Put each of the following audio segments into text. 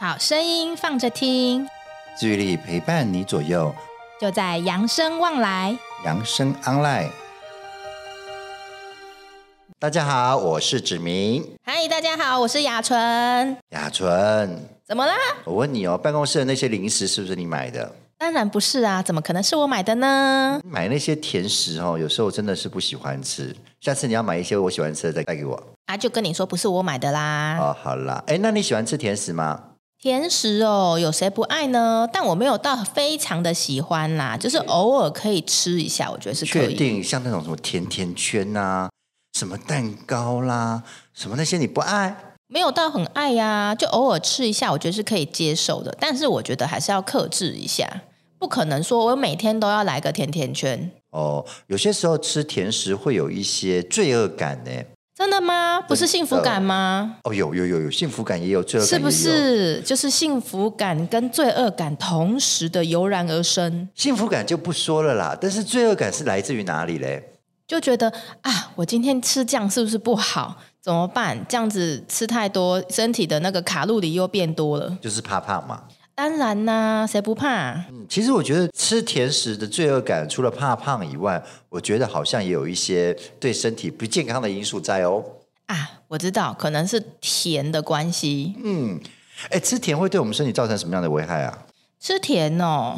好声音放着听，距离陪伴你左右，就在扬声望来。扬声 online。大家好，我是子明嗨，大家好，我是雅纯。雅纯。怎么啦？我问你哦，办公室的那些零食是不是你买的？当然不是啊，怎么可能是我买的呢？买那些甜食哦，有时候真的是不喜欢吃。下次你要买一些我喜欢吃的再带给我。啊，就跟你说不是我买的啦。哦，好啦，哎，那你喜欢吃甜食吗？甜食哦，有谁不爱呢？但我没有到非常的喜欢啦，就是偶尔可以吃一下，我觉得是可确以。定像那种什么甜甜圈啊，什么蛋糕啦，什么那些你不爱？没有到很爱呀、就偶尔吃一下，我觉得是可以接受的。但是我觉得还是要克制一下，不可能说我每天都要来个甜甜圈。哦，有些时候吃甜食会有一些罪恶感呢。真的吗？不是幸福感吗？哦，有有有有，幸福感也有，罪恶感哦是也不有。是就是幸福感跟罪恶感同时的油然而生？幸福感就不说了啦，但是罪恶感是来自于哪里嘞？就觉得啊，我今天吃酱是不是不好？怎么办？这样子吃太多，身体的那个卡路里又变多了。就是怕胖嘛。当然啦、谁不怕？嗯，其实我觉得吃甜食的罪恶感，除了怕胖以外，我觉得好像也有一些对身体不健康的因素在哦。啊，我知道，可能是甜的关系。哎，吃甜会对我们身体造成什么样的危害啊？吃甜哦，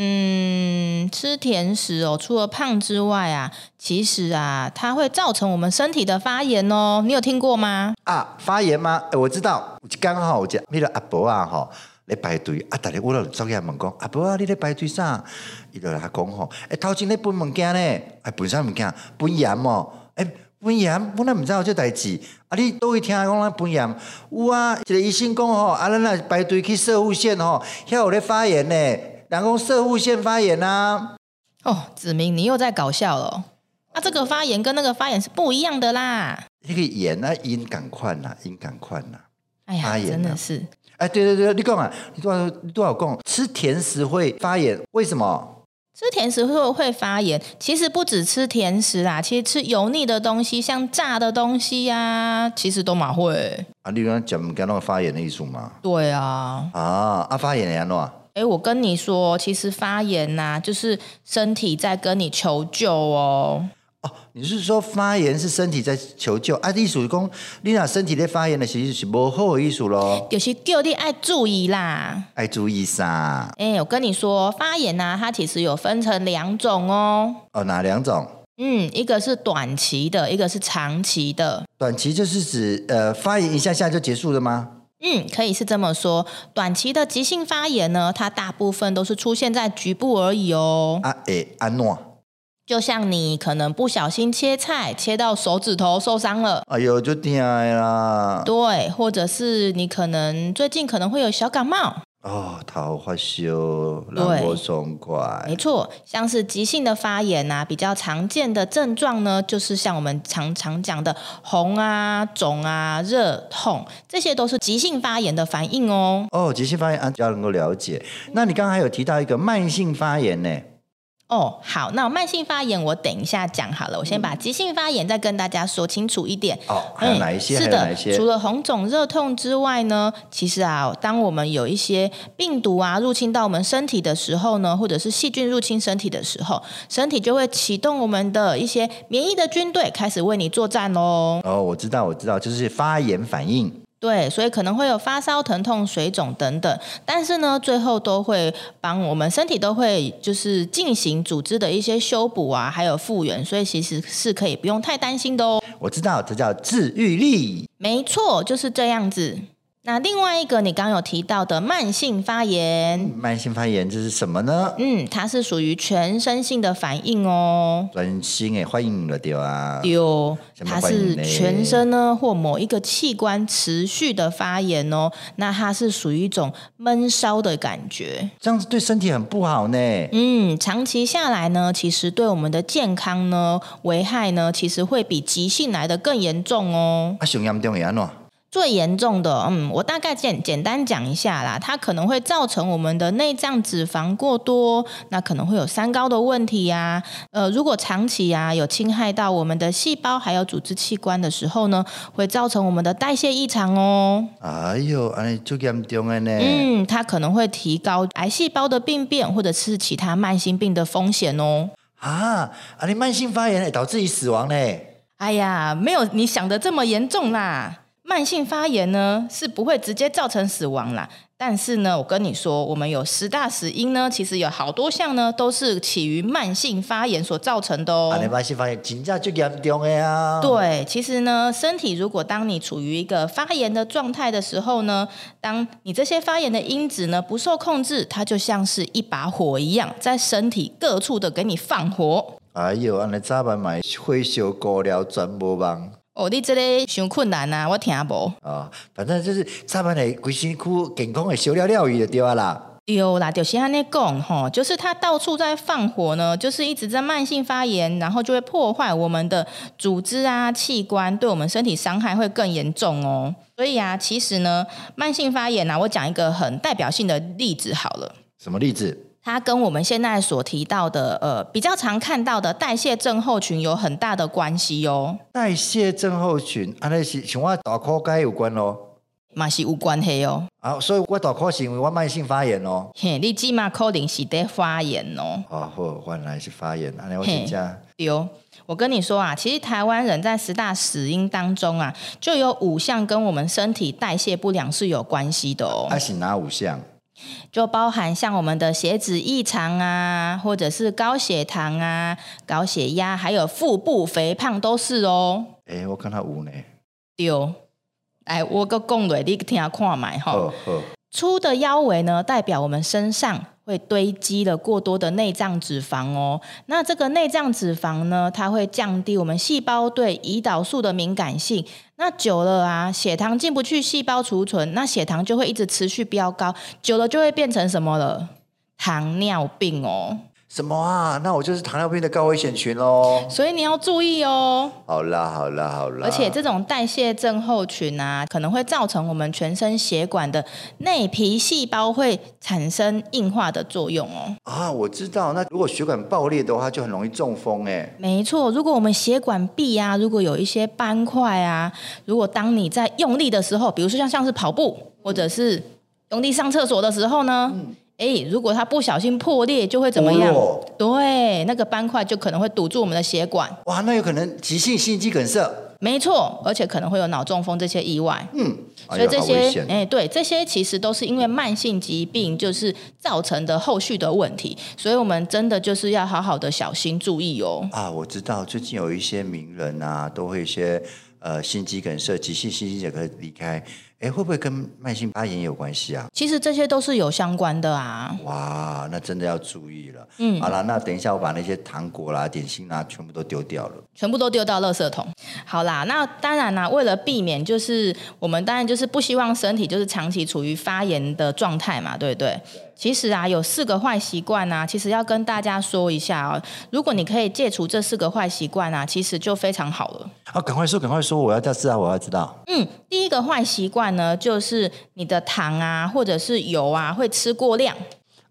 嗯，吃甜食哦，除了胖之外啊，其实啊，它会造成我们身体的发炎哦。你有听过吗？啊，发炎吗？哎，我知道，我刚好我家那个阿伯啊，吼，咧排队，啊，大家我就走去问讲，阿伯啊，你咧排队啥？伊就来讲吼，哎，头前咧分物件咧，哎，分啥物件？分盐哦，哎。分盐，我那毋知有这代志，啊！你都会听讲咱分盐，有啊，一个医生讲吼，啊，咱若排队去射护线吼，遐有咧发炎呢，人讲射护线发炎啊。哦，子明，你又在搞笑了哦。啊，这个发炎跟那个发炎是不一样的啦。那个盐啊，因赶快啦，因赶快啦。哎呀，发炎啊真的是。哎，对对对，你讲啊，你多少你多少讲，吃甜食会发炎，为什么？吃甜食会会发炎，其实不只吃甜食啦，其实吃油腻的东西，像炸的东西呀、其实都蛮会。啊，你讲讲讲那个发炎的艺术嘛？对啊，啊，啊发炎的安怎？诶，我跟你说，其实发炎呐、就是身体在跟你求救哦。哦，你是说发炎是身体在求救啊？艺术讲，你若身体在发炎的时候是无好的艺术咯，有些叫你爱注意啦。爱注意啥？诶，我跟你说，发炎呐、它其实有分成两种哦。哦，哪两种？嗯，一个是短期的，一个是长期的。短期就是指呃发炎一下下就结束了吗？嗯，可以是这么说。短期的急性发炎呢，它大部分都是出现在局部而已哦。啊，诶，安诺，就像你可能不小心切菜，切到手指头受伤了，哎呦，就疼的啦。对，或者是你可能最近可能会有小感冒，哦，头发烧，对让我爽快没。错，像是急性的发炎啊，比较常见的症状呢，就是像我们常常讲的红啊、肿啊、热痛，这些都是急性发炎的反应哦。哦，急性发炎啊，比较能够了解。那你刚刚还有提到一个慢性发炎呢？哦，好，那慢性发炎我等一下讲好了，我先把急性发炎再跟大家说清楚一点。哦，嗯还有哪一嗯些？是还有哪一的，除些？了红肿热痛之外呢，其实啊，当我们有一些病毒啊入侵到我们身体的时候呢，或者是细菌入侵身体的时候，身体就会启动我们的一些免疫的军队，开始为你作战喽。哦，我知道，我知道，就是发炎反应。对，所以可能会有发烧、疼痛、水肿等等，但是呢，最后都会帮我们身体都会就是进行组织的一些修补啊，还有复原，所以其实是可以不用太担心的哦。我知道，这叫治愈力。没错，就是这样子。那另外一个你刚有提到的慢性发炎，慢性发炎这是什么呢？嗯，它是属于全身性的反应哦。专心哎，欢迎了对啊。有，什它么反应是嘞全身呢或某一个器官持续的发炎哦，那它是属于一种闷烧的感觉。这样子对身体很不好呢。嗯，长期下来呢，其实对我们的健康呢危害呢，其实会比急性来的更严重哦。啊，熊严重也安怎？最严重的，嗯，我大概简简单讲一下啦，它可能会造成我们的内脏脂肪过多，那可能会有三高的问题呀、呃，如果长期啊有侵害到我们的细胞还有组织器官的时候呢，会造成我们的代谢异常哦。哎哟，安尼足严重的呢。嗯，它可能会提高癌细胞的病变或者是其他慢性病的风险哦。啊，啊，你慢性发炎会导致于死亡嘞。哎呀，没有你想的这么严重啦。慢性发炎呢是不会直接造成死亡啦，但是呢，我跟你说，我们有十大死因呢，其实有好多项呢都是起于慢性发炎所造成的哦。啊，你慢性发炎真正足严重的啊。对，其实呢，身体如果当你处于一个发炎的状态的时候呢，当你这些发炎的因子呢不受控制，它就像是一把火一样，在身体各处的给你放火。哎哟，安尼早晚买火烧高粱全无望。哦，你这个想困难啊，我听无。啊、反正就是早晚会规身躯健康会烧了了伊就对啊啦。有啦，就是安尼讲吼，就是它到处在放火呢，就是一直在慢性发炎，然后就会破坏我们的组织啊、器官，对我们身体伤害会更严重哦。所以啊，其实呢，慢性发炎啊，我讲一个很代表性的例子好了。什么例子？它跟我们现在所提到的，呃，比较常看到的代谢症候群有很大的关系哦，代谢症候群，安尼是像我大口该有关咯。嘛是有关系哦。啊，所以我大口是因为我慢性发炎咯。嘿，你即嘛可能是在发炎哦。啊，好，原来是发炎，安尼我嘿真正丢。我跟你说啊，其实台湾人在十大死因当中啊，就有五项跟我们身体代谢不良是有关系的哦，啊是哪五项？就包含像我们的血脂异常啊，或者是高血糖啊、高血压，还有腹部肥胖都是哦。诶、我看他有呢。丢，来，我个讲落，你听看买哈。好好。粗的腰围呢，代表我们身上会堆积了过多的内脏脂肪哦。那这个内脏脂肪呢，它会降低我们细胞对胰岛素的敏感性。那久了啊，血糖进不去细胞储存，那血糖就会一直持续飙高，久了就会变成什么了？糖尿病哦。什么啊？那我就是糖尿病的高危险群喽。所以你要注意哦。好啦，好啦，好啦。而且这种代谢症候群啊，可能会造成我们全身血管的内皮细胞会产生硬化的作用哦。啊，我知道。那如果血管爆裂的话，就很容易中风哎。没错，如果我们血管壁啊，如果有一些斑块啊，如果当你在用力的时候，比如说像像是跑步或者是用力上厕所的时候呢，诶，如果它不小心破裂，就会怎么样嗯剥落？对，那个斑块就可能会堵住我们的血管。哇，那有可能急性心肌梗塞。没错，而且可能会有脑中风这些意外。嗯，所哎以呦这好危些，险哎、对，这些其实都是因为慢性疾病就是造成的后续的问题，所以我们真的就是要好好的小心注意哦。啊，我知道。最近有一些名人啊，都会一些呃心肌梗塞、急性心肌梗塞离开。哎，会不会跟慢性发炎有关系啊？其实这些都是有相关的啊。哇，那真的要注意了。嗯好了，那等一下我把那些糖果啦、点心啦全部都丢掉了。全部都丢到垃圾桶。好啦，那当然啦，为了避免，就是我们当然就是不希望身体就是长期处于发炎的状态嘛，对不对？其实啊，有四个坏习惯啊，其实要跟大家说一下哦。如果你可以戒除这四个坏习惯啊，其实就非常好了。啊，赶快说，赶快说，我要知道，我要知道。嗯，第一个坏习惯呢，就是你的糖啊，或者是油啊，会吃过量。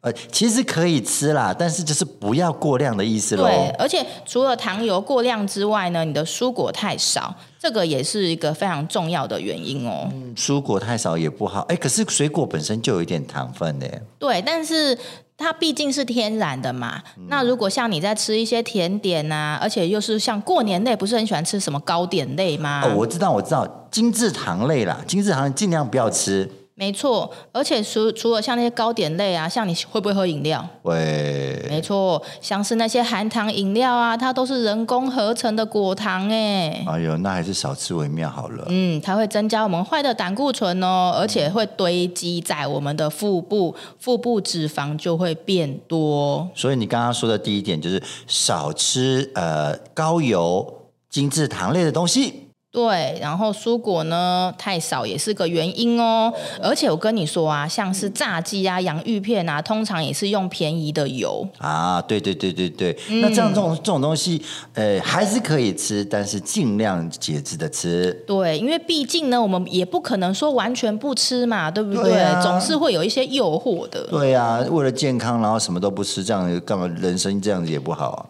呃，其实可以吃啦，但是就是不要过量的意思对喽，。而且除了糖油过量之外呢，你的蔬果太少，这个也是一个非常重要的原因哦。嗯蔬果太少也不好，哎，可是水果本身就有一点糖分呢。对，但是它毕竟是天然的嘛。嗯那如果像你在吃一些甜点啊，而且又是像过年类，不是很喜欢吃什么糕点类吗？哦，我知道，我知道，精致糖类啦，精致糖尽量不要吃。没错，而且除除了像那些糕点类啊，像你会不会喝饮料？喂，没错，像是那些含糖饮料啊，它都是人工合成的果糖哎。哎呦，那还是少吃为妙好了。嗯，它会增加我们坏的胆固醇哦，而且会堆积在我们的腹部，腹部脂肪就会变多。所以你刚刚说的第一点就是少吃呃高油、精致糖类的东西。对，然后蔬果呢太少也是个原因哦。而且我跟你说啊，像是炸鸡啊、洋芋片啊，通常也是用便宜的油。啊，对对对对对，那这样这种这种东西，呃，还是可以吃，但是尽量节制的吃。对，因为毕竟呢，我们也不可能说完全不吃嘛，对不对？对啊总是会有一些诱惑的。对啊，为了健康，然后什么都不吃，这样干嘛？人生这样子也不好啊。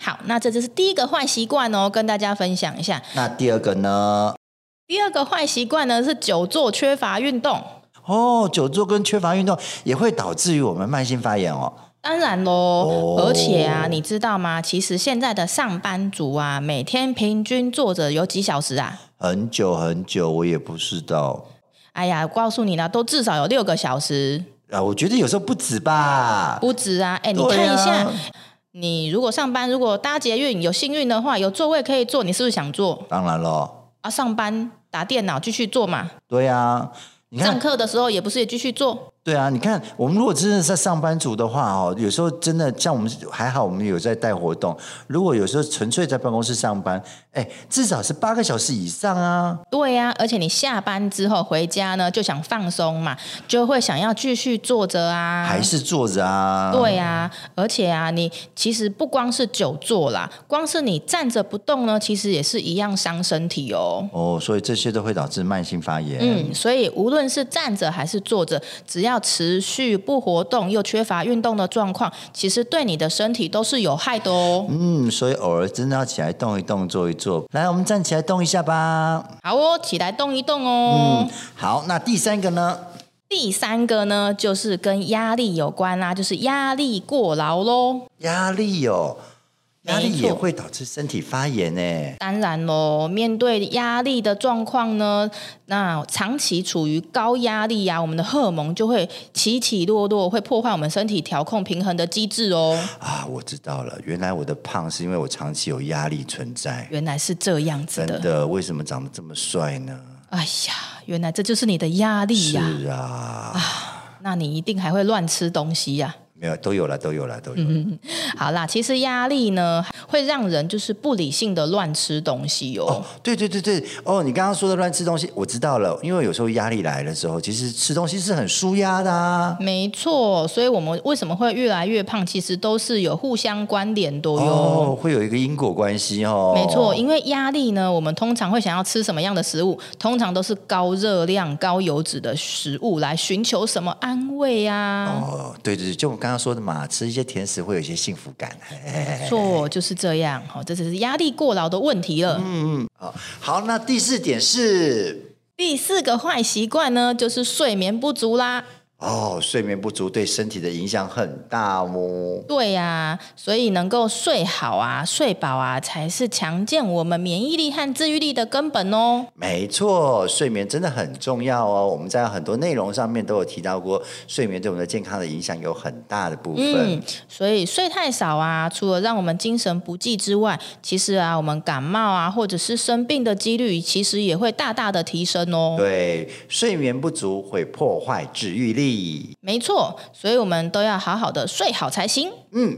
好，那这就是第一个坏习惯哦，跟大家分享一下。那第二个呢？第二个坏习惯呢是久坐缺乏运动。哦，久坐跟缺乏运动也会导致于我们慢性发炎哦。当然喽，而且啊，你知道吗？其实现在的上班族啊，每天平均坐着有几小时啊？很久很久，我也不知道哎呀，告诉你啦，都至少有六个小时，啊。我觉得有时候不止吧。不止啊！哎，你对看一下，啊你如果上班，如果搭捷运有幸运的话，有座位可以坐，你是不是想坐当然咯，啊？上班打电脑继续坐嘛，对啊，你看上课的时候也不是也继续坐？对啊，你看，我们如果真的是上班族的话哦，有时候真的像我们还好，我们有在带活动。如果有时候纯粹在办公室上班，哎，至少是八个小时以上啊。对呀、而且你下班之后回家呢，就想放松嘛，就会想要继续坐着啊，还是坐着啊？对呀、而且啊，你其实不光是久坐啦，光是你站着不动呢，其实也是一样伤身体哦。哦，所以这些都会导致慢性发炎。嗯，所以无论是站着还是坐着，只要持续不活动又缺乏运动的状况，其实对你的身体都是有害的哦。嗯，所以偶尔真的要起来动一动，坐一坐。来，我们站起来动一下吧。好哦，起来动一动哦。好，那第三个呢？第三个呢，就是跟压力有关啦、就是压力过劳喽。压力哦，压力没也错会导致身体发炎呢。当然喽，面对压力的状况呢，那长期处于高压力呀、我们的荷尔蒙就会起起落落，会破坏我们身体调控平衡的机制哦。啊，我知道了，原来我的胖是因为我长期有压力存在。原来是这样子真的，的，为什么长得这么帅呢？哎呀，原来这就是你的压力呀、是啊，那你一定还会乱吃东西呀、没有都有了，都有了，都有嗯了。好啦，其实压力呢会让人就是不理性的乱吃东西哦哦，对对对对，哦，你刚刚说的乱吃东西，我知道了，因为有时候压力来的时候，其实吃东西是很舒压的啊。没错，所以我们为什么会越来越胖，其实都是有互相关联的哟。哦，会有一个因果关系哦。嗯没错，，因为压力呢，我们通常会想要吃什么样的食物？通常都是高热量、高油脂的食物来寻求什么安慰啊？哦，对对对，就我刚刚说的嘛，吃一些甜食会有一些幸福感。没错，就是这样。好、这只是压力过劳的问题了。好，那第四点是。第四个坏习惯呢，就是睡眠不足啦。哦，睡眠不足对身体的影响很大哦。对呀、所以能够睡好啊、睡饱啊，才是强健我们免疫力和自愈力的根本哦。没错，睡眠真的很重要哦。我们在很多内容上面都有提到过，睡眠对我们的健康的影响有很大的部分。嗯，所以睡太少啊，除了让我们精神不济之外，其实啊，我们感冒啊，或者是生病的几率，其实也会大大的提升哦。对，睡眠不足会破坏治愈力。没错，所以我们都要好好的睡好才行。嗯，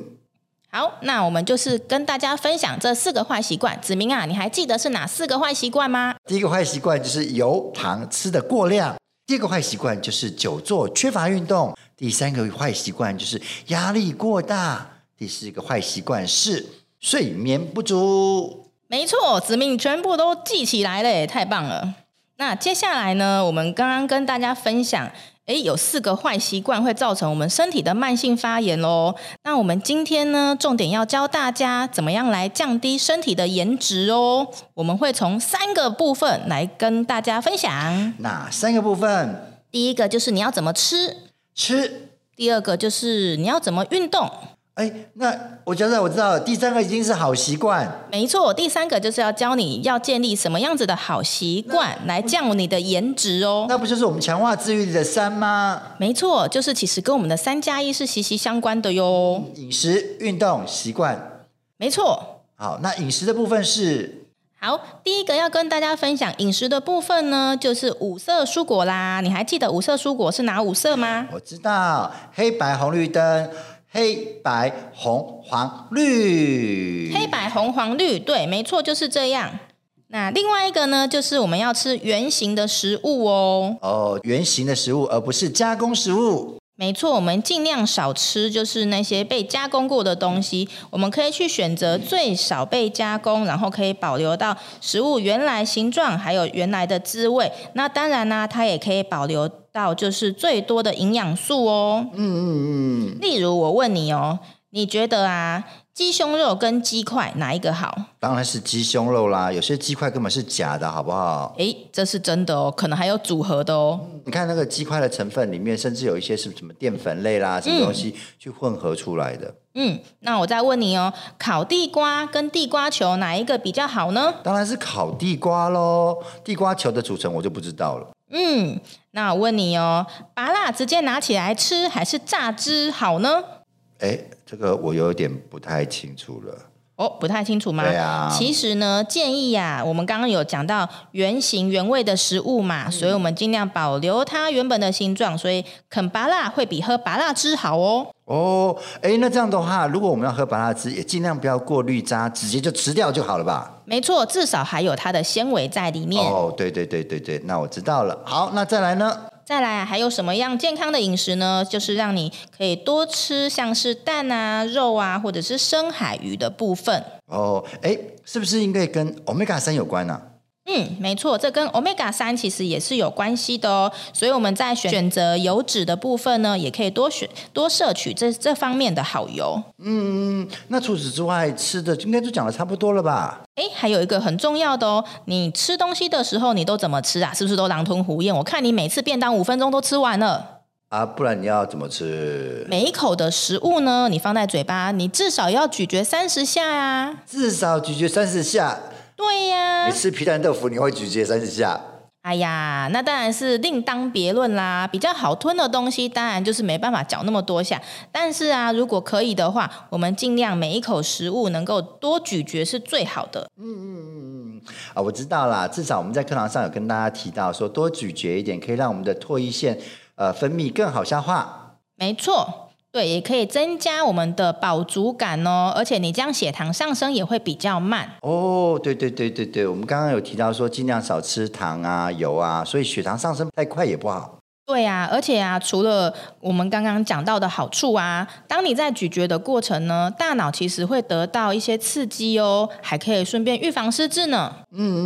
好，那我们就是跟大家分享这四个坏习惯。子明啊，你还记得是哪四个坏习惯吗？第一个坏习惯就是油糖吃的过量。第二个坏习惯就是久坐缺乏运动。第三个坏习惯就是压力过大。第四个坏习惯是睡眠不足。没错，子明全部都记起来了耶，太棒了。那接下来呢，我们刚刚跟大家分享，诶，有四个坏习惯会造成我们身体的慢性发炎喽。那我们今天呢，重点要教大家怎么样来降低身体的颜值哦。我们会从三个部分来跟大家分享。哪三个部分？第一个就是你要怎么吃，吃。第二个就是你要怎么运动，哎，那我觉得我知道了，第三个已经是好习惯。没错，第三个就是要教你要建立什么样子的好习惯来降你的颜值哦。那不就是我们强化自愈力的三吗？没错，就是其实跟我们的三加一是息息相关的哟。饮食、运动、习惯。没错。好，那饮食的部分是好，第一个要跟大家分享饮食的部分呢，就是五色蔬果啦。你还记得五色蔬果是哪五色吗？我知道黑白红绿灯，黑白红黄绿。黑白红黄绿，对，没错，就是这样。那另外一个呢，就是我们要吃圆形的食物哦。哦，圆形的食物，而不是加工食物。没错，我们尽量少吃，就是那些被加工过的东西。我们可以去选择最少被加工，然后可以保留到食物原来形状，还有原来的滋味。那当然呢、它也可以保留到就是最多的营养素哦。嗯嗯嗯，例如，我问你哦，你觉得啊，鸡胸肉跟鸡块哪一个好？当然是鸡胸肉啦，有些鸡块根本是假的，好不好？诶，这是真的哦，可能还有组合的哦。你看那个鸡块的成分里面，甚至有一些是什么淀粉类啦，什么东西去混合出来的。嗯，那我再问你哦，烤地瓜跟地瓜球哪一个比较好呢？当然是烤地瓜喽，地瓜球的组成我就不知道了。嗯，那我问你哦，拔辣直接拿起来吃还是榨汁好呢？哎，这个我有点不太清楚了。哦，不太清楚吗？对啊其实呢，建议呀、我们刚刚有讲到原形原味的食物嘛，嗯所以我们尽量保留它原本的形状，所以啃拔辣会比喝拔辣汁好哦。哦，哎，那这样的话，如果我们要喝白辣汁，也尽量不要过滤渣，直接就吃掉就好了吧？没错，至少还有它的纤维在里面。哦，对对对对对，那我知道了。好，那再来呢？再来啊，还有什么样健康的饮食呢？就是让你可以多吃像是蛋啊、肉啊，或者是深海鱼的部分。哦，哎，是不是应该跟 omega 三有关呢、啊？嗯，没错，这跟 omega 三其实也是有关系的哦。所以我们在选选择油脂的部分呢，也可以多选多摄取这这方面的好油。那除此之外，吃的应该都讲的差不多了吧？诶，还有一个很重要的哦，你吃东西的时候你都怎么吃啊？是不是都狼吞虎咽？我看你每次便当五分钟都吃完了。啊，不然你要怎么吃？每一口的食物呢，你放在嘴巴，你至少要咀嚼三十下呀、至少咀嚼三十下。对呀、你吃皮蛋豆腐，你会咀嚼三十下。哎呀，那当然是另当别论啦。比较好吞的东西，当然就是没办法嚼那么多下。但是啊，如果可以的话，我们尽量每一口食物能够多咀嚼是最好的。啊，我知道啦，至少我们在课堂上有跟大家提到说，多咀嚼一点，可以让我们的唾液腺呃分泌更好消化。没错，对，也可以增加我们的饱足感哦。而且你这样血糖上升也会比较慢。哦，对对对对对，我们刚刚有提到说，尽量少吃糖啊、油啊，所以血糖上升太快也不好。对啊，而且啊，除了我们刚刚讲到的好处啊，当你在咀嚼的过程呢，大脑其实会得到一些刺激哦，还可以顺便预防失智呢。嗯嗯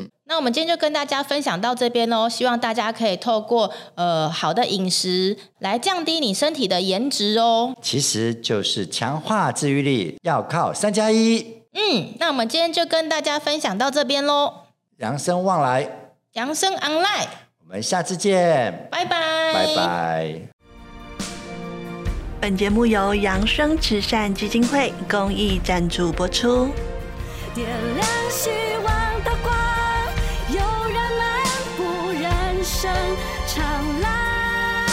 嗯，那我们今天就跟大家分享到这边喽，希望大家可以透过呃好的饮食来降低你身体的颜值哦。其实就是强化治愈力要靠三加一，嗯，那我们今天就跟大家分享到这边喽，养生旺来。养生 online，我们下次见，拜拜，拜拜。本节目由扬生慈善基金会公益赞助播出。点亮希望的光，有人漫步人生长廊，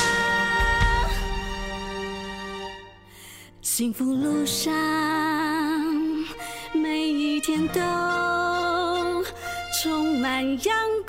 幸福路上每一天都充满阳光。